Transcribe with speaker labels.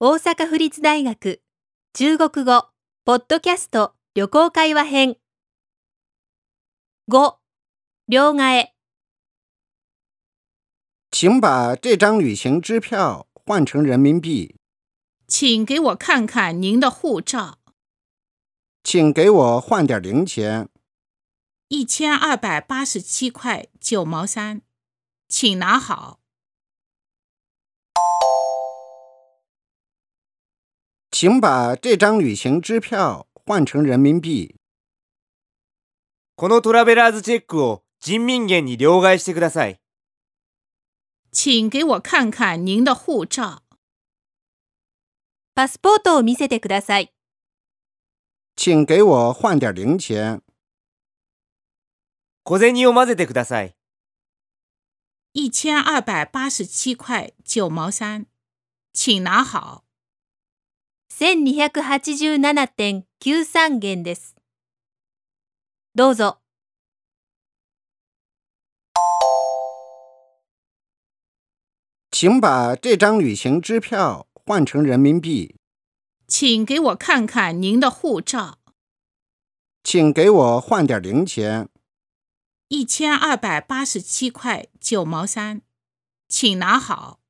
Speaker 1: 大阪府立大学中国語ポッドキャスト旅行会話編5両替
Speaker 2: 请把这张旅行支票换成人民币。
Speaker 3: 请给我看看您的护照，
Speaker 2: 请给我换点零钱。
Speaker 3: 一千二百八十七块九毛三，请拿好。
Speaker 2: 请把这张旅行支票换成人民币。
Speaker 4: このトラベラーズチェックを人民元に両替してください。
Speaker 3: 请给我看看您的护照，
Speaker 1: パスポートを見せてください
Speaker 2: 请给我换点零钱。
Speaker 4: 小銭を混ぜてください。
Speaker 3: 一千二百八十七块九毛三，请拿好。
Speaker 1: 1287.93元ですどうぞ
Speaker 2: 请把这张旅行支票换成人民币。
Speaker 3: 请给我看看您的护照，
Speaker 2: 请给我换点零钱。
Speaker 3: 一千二百八十七块九毛三，请拿好。